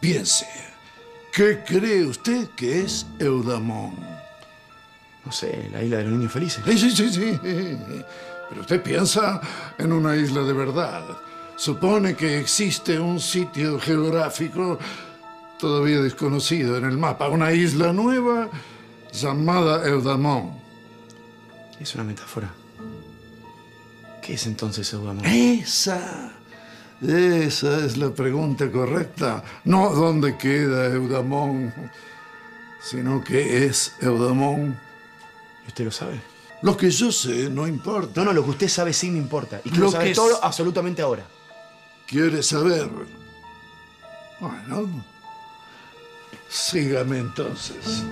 Piense, ¿qué cree usted que es Eudamón? No sé, la isla de los niños felices. Sí, sí, sí, sí. Pero usted piensa en una isla de verdad. Supone que existe un sitio geográfico todavía desconocido en el mapa, una isla nueva llamada Eudamón. Es una metáfora. ¿Qué es entonces Eudamón? Esa, esa es la pregunta correcta. No dónde queda Eudamón, sino qué es Eudamón. ¿Y usted lo sabe? Lo que yo sé no importa. No, no, lo que usted sabe sí me importa. Y que Lo lo, que sabe es- todo absolutamente ahora. ¿Quiere saber? Bueno, sígame entonces.